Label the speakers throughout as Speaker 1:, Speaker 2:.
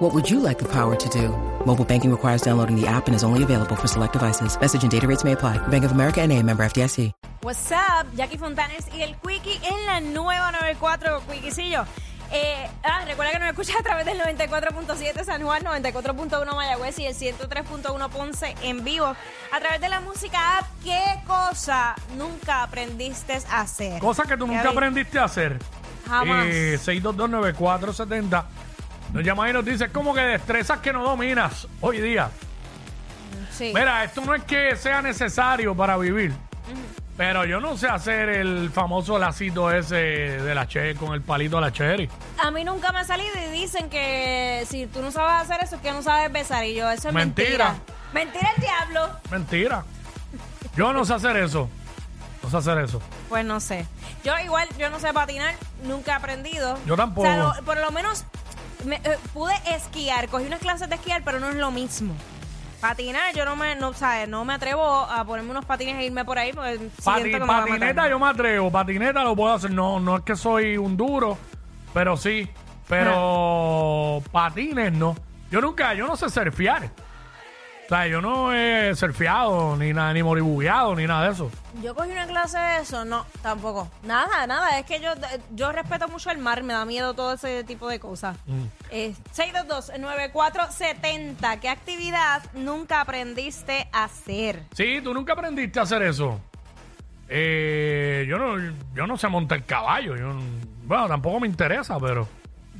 Speaker 1: What would you like the power to do? Mobile banking requires downloading the app and is only available for select devices. Message and data rates may apply. Bank of America and a member FDIC.
Speaker 2: What's up, Jackie Fontanes y el Quickie en la nueva 94, Quickiecillo. Eh, ah, recuerda que nos escuchas a través del 94.7 San Juan, 94.1 Mayagüez y el 103.1 Ponce en vivo. A través de la música app, ¿qué cosa nunca aprendiste a hacer?
Speaker 3: Cosas que tú nunca
Speaker 2: Gaby.
Speaker 3: aprendiste a hacer.
Speaker 2: Jamás.
Speaker 3: Eh, 6229470. Nos llama y nos dice, es como que destrezas que no dominas hoy día.
Speaker 2: Sí.
Speaker 3: Mira, esto no es que sea necesario para vivir. Pero yo no sé hacer el famoso lacito ese de la che con el palito de la cherry.
Speaker 2: A mí nunca me ha salido y dicen que si tú no sabes hacer eso es que no sabes besar. Y yo, eso es mentira.
Speaker 3: Mentira.
Speaker 2: Mentira, el diablo.
Speaker 3: Mentira. Yo no sé hacer eso. No sé hacer eso.
Speaker 2: Pues no sé. Yo igual, yo no sé patinar, nunca he aprendido.
Speaker 3: Yo tampoco.
Speaker 2: O sea, lo- por lo menos me- eh, pude esquiar, cogí unas clases de esquiar, pero no es lo mismo. Patinar, yo no me, no, ¿sabes? no me atrevo a ponerme unos patines e irme por ahí porque
Speaker 3: Pati-
Speaker 2: siento que me va a matar.
Speaker 3: patineta yo me atrevo, patineta lo puedo hacer. No, no es que soy un duro, pero sí. Pero
Speaker 2: Ah.
Speaker 3: patines no. Yo nunca, yo no sé surfear. O sea, yo no he surfeado, ni nada, ni moribugueado, ni nada de eso.
Speaker 2: Yo cogí una clase de eso, no, tampoco. Nada, nada, es que yo, yo respeto mucho el mar, me da miedo todo ese tipo de cosas.
Speaker 3: Mm.
Speaker 2: Eh, 622-9470, ¿qué actividad nunca aprendiste a hacer?
Speaker 3: Sí, tú nunca aprendiste a hacer eso. Eh, yo no, yo no sé montar caballo. Yo, no- bueno, tampoco me interesa, pero.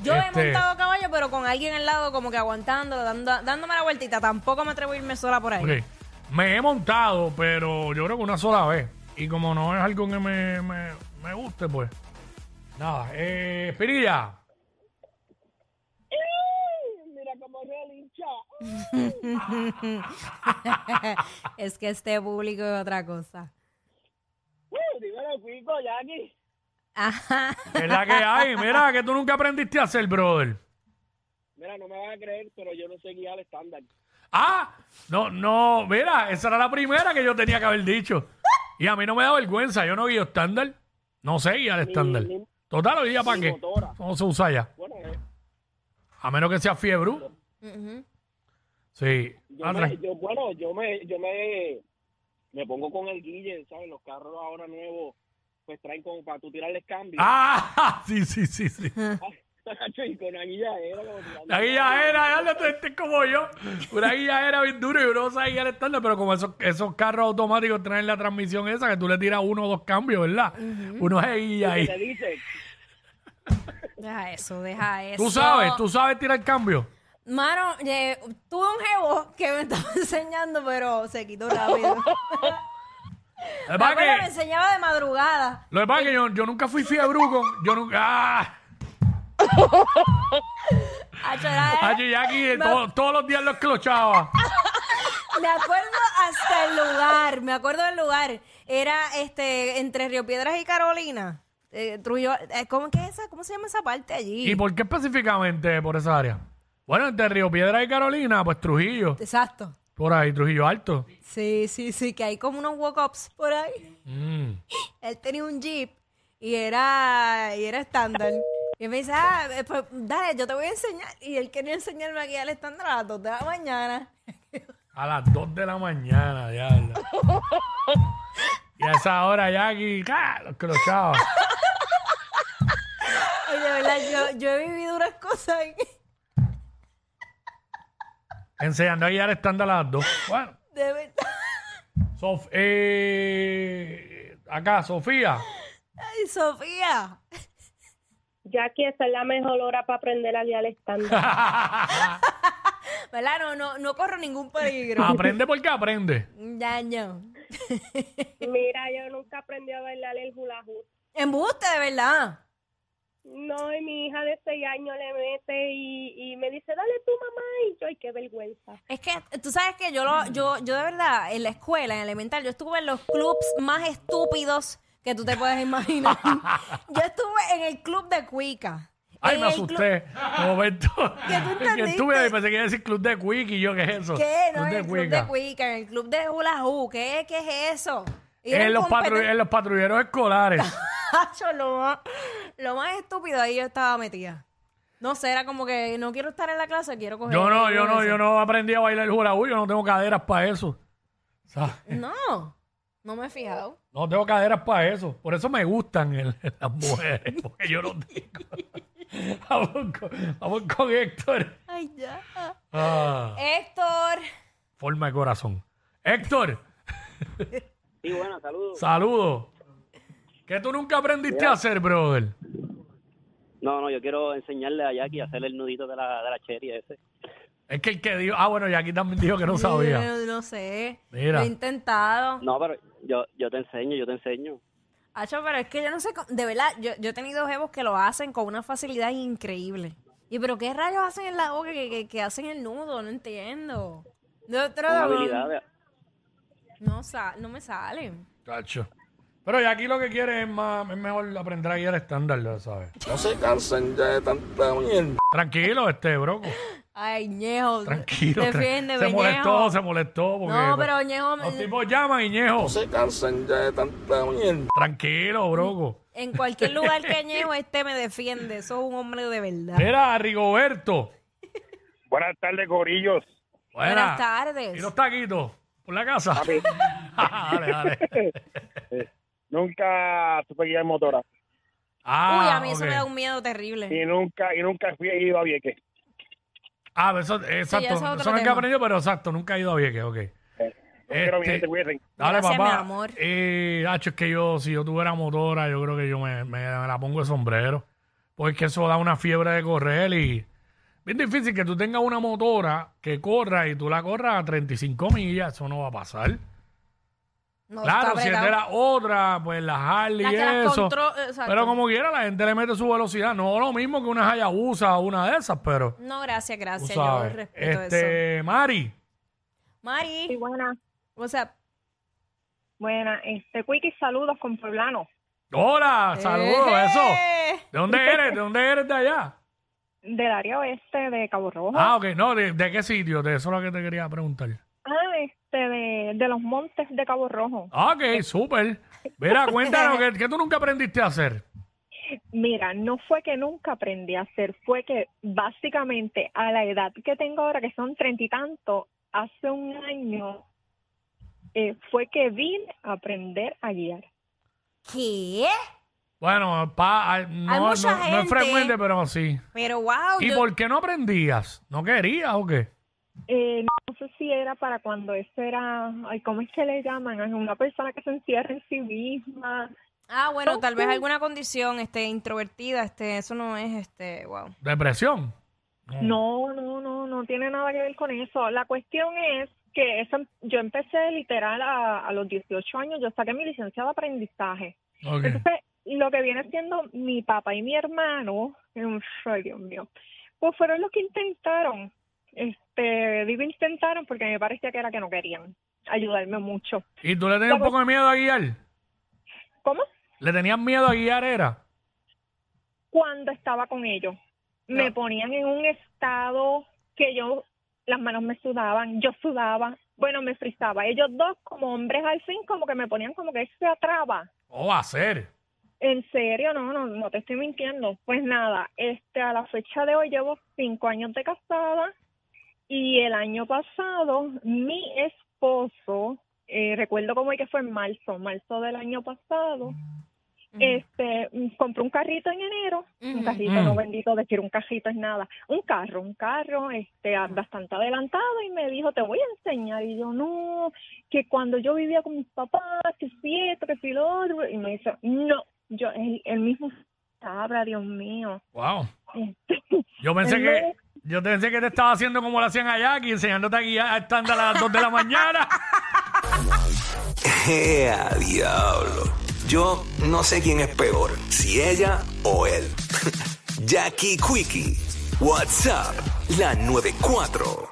Speaker 2: Yo
Speaker 3: este,
Speaker 2: he montado caballo, pero con alguien al lado, como que aguantándolo, dando- dándome la vueltita. Tampoco me atrevo a irme sola por ahí.
Speaker 3: ok. Me he montado, pero yo creo que una sola vez. Y como no es algo que me, me, me guste, pues. Nada. Eh, Espinilla.
Speaker 2: es que este público es otra cosa.
Speaker 4: Uh, Dímelo, Cuico, Jackie.
Speaker 2: Ajá.
Speaker 3: Es la que hay. Mira, que tú nunca aprendiste a hacer, brother.
Speaker 4: Mira, no me vas a creer, pero yo no sé guiar estándar.
Speaker 3: Ah, no, no. Mira, esa era la primera que yo tenía que haber dicho. Y a mí no me da vergüenza. Yo no guío estándar. No sé guiar estándar.
Speaker 4: ni-
Speaker 3: Total, hoy día para
Speaker 4: ni
Speaker 3: qué.
Speaker 4: motora.
Speaker 3: No se usa ya.
Speaker 4: Bueno, eh,
Speaker 3: A menos que sea fiebre.
Speaker 2: Ujú.
Speaker 3: Sí.
Speaker 4: yo,
Speaker 3: Ah,
Speaker 4: me,
Speaker 3: tran-
Speaker 4: yo- bueno, yo me, yo me, me pongo con el guille, ¿sabes? Los carros ahora nuevos, pues traen como para tú tirarles cambio.
Speaker 3: Ah, sí, sí, sí, sí.
Speaker 4: y con la guilladera, como tirando-
Speaker 3: La guilladera, ya te es como yo. Una guilladera bien dura y uno no sabe guiar estándar, pero como esos, esos carros automáticos traen la transmisión esa, que tú le tiras uno o dos cambios, ¿verdad? Uno se guía
Speaker 4: Que
Speaker 3: ahí.
Speaker 4: te dice,
Speaker 2: Deja eso, deja eso.
Speaker 3: Tú sabes, tú sabes tirar cambio.
Speaker 2: Mano, eh, tuve un jevo que me estaba enseñando, pero se quitó rápido.
Speaker 3: Lo que
Speaker 2: Me
Speaker 3: pasa
Speaker 2: acuerdo, me
Speaker 3: es que,
Speaker 2: enseñaba de madrugada.
Speaker 3: lo que pasa es que yo, yo nunca fui fiebruco. Yo nunca. ¡Ah!
Speaker 2: A llorar.
Speaker 3: Allí, aquí, eh, todo- todos los días lo esclochaba.
Speaker 2: Me acuerdo hasta el lugar, me acuerdo del lugar. Era este entre Río Piedras y Carolina. Eh, Trujillo- eh, ¿cómo, que es esa? ¿Cómo se llama esa parte allí?
Speaker 3: ¿Y por qué específicamente por esa área? Bueno, entre Río Piedra y Carolina, pues Trujillo.
Speaker 2: Exacto.
Speaker 3: Por ahí, Trujillo Alto.
Speaker 2: Sí, sí, sí, que hay como unos walk-ups por ahí.
Speaker 3: Mm.
Speaker 2: Él tenía un jeep y era y era estándar. Y él me dice, ah, eh, pues dale, yo te voy a enseñar. Y él quería enseñarme aquí al estándar a las 2 de la mañana.
Speaker 3: A las 2 de la mañana, ya. ¿verdad? y a esa hora ya aquí, ¡ah! los clochaba.
Speaker 2: Y de verdad, yo, yo he vivido unas cosas.
Speaker 3: Enseñando a guiar estándar a las 2. Bueno,
Speaker 2: De verdad.
Speaker 3: Sof- eh, acá, Sofía.
Speaker 2: Ay, Sofía.
Speaker 5: Jackie, esa es la mejor hora para aprender a guiar estándar.
Speaker 2: ¿Verdad? No, no, no corro ningún peligro.
Speaker 3: aprende porque aprende.
Speaker 2: Ya, no.
Speaker 5: Mira, yo nunca aprendí a bailar el hula hoop.
Speaker 2: Embuste, de verdad.
Speaker 5: No, y mi hija de seis años le mete y, y me dice, dale tu mamá. Y yo, ay, qué vergüenza.
Speaker 2: Es que tú sabes que yo, lo, yo, yo de verdad, en la escuela, en elemental, yo estuve en los clubs más estúpidos que tú te puedes imaginar. yo estuve en el club de Cuica.
Speaker 3: Ay,
Speaker 2: En
Speaker 3: me
Speaker 2: el club-
Speaker 3: asusté. Momento.
Speaker 2: Eh, ¿Qué tú
Speaker 3: que
Speaker 2: entendiste?
Speaker 3: estuve ahí, pensé que iba a decir Club de Quick y yo, ¿qué es eso?
Speaker 2: ¿Qué? No,
Speaker 3: Club
Speaker 2: en
Speaker 3: de
Speaker 2: el club
Speaker 3: Cuica.
Speaker 2: de Cuica, en el club de Hula Hoo. ¿Qué, qué es eso? Y eran
Speaker 3: En los, patru-
Speaker 2: competen-
Speaker 3: en los patrulleros escolares.
Speaker 2: Hacho, lo, más, lo más estúpido ahí yo estaba metida. No sé, era como que no quiero estar en la clase, quiero coger.
Speaker 3: yo no, yo
Speaker 2: quiero
Speaker 3: no,
Speaker 2: eso.
Speaker 3: yo no aprendí a bailar hula hoop, yo no tengo caderas para eso. ¿Sabes?
Speaker 2: No, no me he fijado.
Speaker 3: No tengo caderas para eso. Por eso me gustan el- las mujeres, porque yo no tengo. vamos, con, vamos con Héctor.
Speaker 2: Ay, ya.
Speaker 3: Ah,
Speaker 2: Héctor.
Speaker 3: forma de corazón. Héctor,
Speaker 4: Sí, bueno, saludos.
Speaker 3: saludos. ¿Qué tú nunca aprendiste a hacer, brother?
Speaker 6: No, no, yo quiero enseñarle a Jackie a hacer el nudito de la, de la cherry ese.
Speaker 3: Es que el que dijo. Ah, bueno, y aquí también dijo que no sabía.
Speaker 2: Yo no sé.
Speaker 3: Mira.
Speaker 2: Lo he intentado.
Speaker 6: No, pero yo, yo te enseño, yo te enseño.
Speaker 2: Hacho, pero es que yo no sé. cómo- De verdad, yo, yo he tenido jevos que lo hacen con una facilidad increíble. ¿Y pero qué rayos hacen en la boca que, que- que hacen el nudo? No entiendo. De otro
Speaker 4: Ah.
Speaker 6: Una
Speaker 2: lado,
Speaker 6: habilidad de-
Speaker 2: no, sa- no me salen.
Speaker 3: Cacho. Pero y aquí lo que quiere es más, es mejor aprender a guiar estándar, ya ¿sabes?
Speaker 7: No se cansen ya de tanta mierda.
Speaker 3: Tranquilo, este, broco.
Speaker 2: Ay, Ñejo.
Speaker 3: Tranquilo. tra-
Speaker 2: Defiéndeme,
Speaker 3: se molestó,
Speaker 2: Ñejo.
Speaker 3: se molestó. Porque,
Speaker 2: No, pero Ñejo,
Speaker 3: Los tipos llaman y ñejo.
Speaker 7: No se cansen ya de tanta mierda.
Speaker 3: Tranquilo, broco.
Speaker 2: en cualquier lugar que Ñejo esté me defiende. Eso es un hombre de verdad.
Speaker 3: Era Rigoberto.
Speaker 4: Buenas tardes, gorillos.
Speaker 2: Buenas
Speaker 3: Buena. Y
Speaker 2: tardes.
Speaker 3: los taquitos. Por la casa. dale, dale.
Speaker 4: Nunca supe guiar motora
Speaker 3: Ah,
Speaker 2: Uy, a mí eso
Speaker 3: ok.
Speaker 2: me da un miedo terrible.
Speaker 4: y nunca y nunca fui ido a Vieques.
Speaker 3: Ah, eso, exacto.
Speaker 2: eso es
Speaker 3: eso
Speaker 2: otro
Speaker 3: no es que
Speaker 2: tema.
Speaker 3: aprendió, pero exacto. Nunca he ido a Vieques, ok.
Speaker 4: Pero Eh, mi
Speaker 3: Este-
Speaker 4: gente, cuídense.
Speaker 3: Dale,
Speaker 2: Gracias,
Speaker 3: papá.
Speaker 2: mi amor.
Speaker 3: Eh, hacho, es que yo, si yo tuviera motora, yo creo que yo me, me- me la pongo de sombrero. Porque es que eso da una fiebre de correr y. Bien difícil que tú tengas una motora que corra y tú la corras a 35 millas, eso no va a pasar.
Speaker 2: No,
Speaker 3: claro,
Speaker 2: está
Speaker 3: si es de
Speaker 2: bregado.
Speaker 3: la otra, pues las Harley
Speaker 2: Las
Speaker 3: y
Speaker 2: que las
Speaker 3: eso.
Speaker 2: contro- eh, exacto.
Speaker 3: pero como quiera, la gente le mete su velocidad. No lo mismo que una Hayabusa o una de esas, pero.
Speaker 2: No, gracias,
Speaker 3: Tú
Speaker 2: gracias. Yo
Speaker 3: sabes.
Speaker 2: respeto eso.
Speaker 3: Este, Mari.
Speaker 5: Sí,
Speaker 2: Mari,
Speaker 5: buena,
Speaker 2: what's up?
Speaker 5: buena. Este, Quickie, saludos con Poblano.
Speaker 3: Hola, saludos, eso.
Speaker 2: Eh.
Speaker 3: ¿De dónde eres? ¿De dónde eres de allá?
Speaker 5: Del área oeste de Cabo Rojo.
Speaker 3: Ah, ok, no, ¿de, de qué sitio? De eso es lo que te quería preguntar.
Speaker 5: Ah, este, de, de los montes de Cabo Rojo.
Speaker 3: Ah, Ok, súper. Mira, cuéntanos, ¿qué, qué tú nunca aprendiste a hacer?
Speaker 5: Mira, no fue que nunca aprendí a hacer, fue que básicamente a la edad que tengo ahora, que son treinta y tanto, hace un año eh, fue que vine a aprender a guiar.
Speaker 2: ¿Qué?
Speaker 3: Bueno, pa, ah, no,
Speaker 2: Hay mucha
Speaker 3: no- no es
Speaker 2: gente.
Speaker 3: frecuente, pero sí.
Speaker 2: Pero wow,
Speaker 3: ¿Y
Speaker 2: yo-
Speaker 3: por qué no aprendías? ¿No querías o qué?
Speaker 5: Eh, no sé si era para cuando eso era, ay, ¿cómo es que le llaman? Es una persona que se encierra en sí misma.
Speaker 2: ah, bueno, tal vez alguna condición este introvertida, este eso no es este, wow.
Speaker 3: ¿Depresión? Mm.
Speaker 5: No, no, no, no tiene nada que ver con eso. La cuestión es que eso- yo empecé literal a, a los 18 años, yo saqué mi licencia de aprendizaje.
Speaker 3: Ok.
Speaker 5: Entonces, lo que viene siendo mi papá y mi hermano, em, ay Dios mío, pues fueron los que intentaron, este, digo intentaron porque me parecía que era que no querían ayudarme mucho.
Speaker 3: ¿Y tú le tenías un poco de miedo a guiar?
Speaker 5: ¿Cómo?
Speaker 3: ¿Le tenías miedo a guiar, era?
Speaker 5: Cuando estaba con ellos, me ponían en un estado que yo, las manos me sudaban, yo sudaba, bueno, me frizaba. Ellos dos como hombres al fin, como que me ponían como que se atraba.
Speaker 3: ¿O va a ser?
Speaker 5: En serio, no, no, no te estoy mintiendo. Pues nada, este, a la fecha de hoy llevo cinco años de casada y el año pasado mi esposo, eh, recuerdo como que fue en marzo, marzo del año pasado, este, mm, compró un carrito en enero,
Speaker 2: Ujú.
Speaker 5: un carrito,
Speaker 3: Mm.
Speaker 5: no bendito, decir un carrito es nada, un carro, un carro, este, a- bastante adelantado y me dijo, te voy a enseñar. Y yo, no, que cuando yo vivía con mis papás, que si esto, que si lo otro, y me dice, no, yo, él, él mismo sabrá, Dios mío.
Speaker 3: Wow.
Speaker 5: Este,
Speaker 3: Yo pensé
Speaker 5: Él
Speaker 3: que... Yo pensé que te estaba haciendo como lo hacían allá, aquí enseñándote a guiar a estándar a las 2 de la mañana.
Speaker 8: ¡Ea, diablo! Yo no sé quién es peor, si ella o él. Jackie Quickie. WhatsApp, la 94.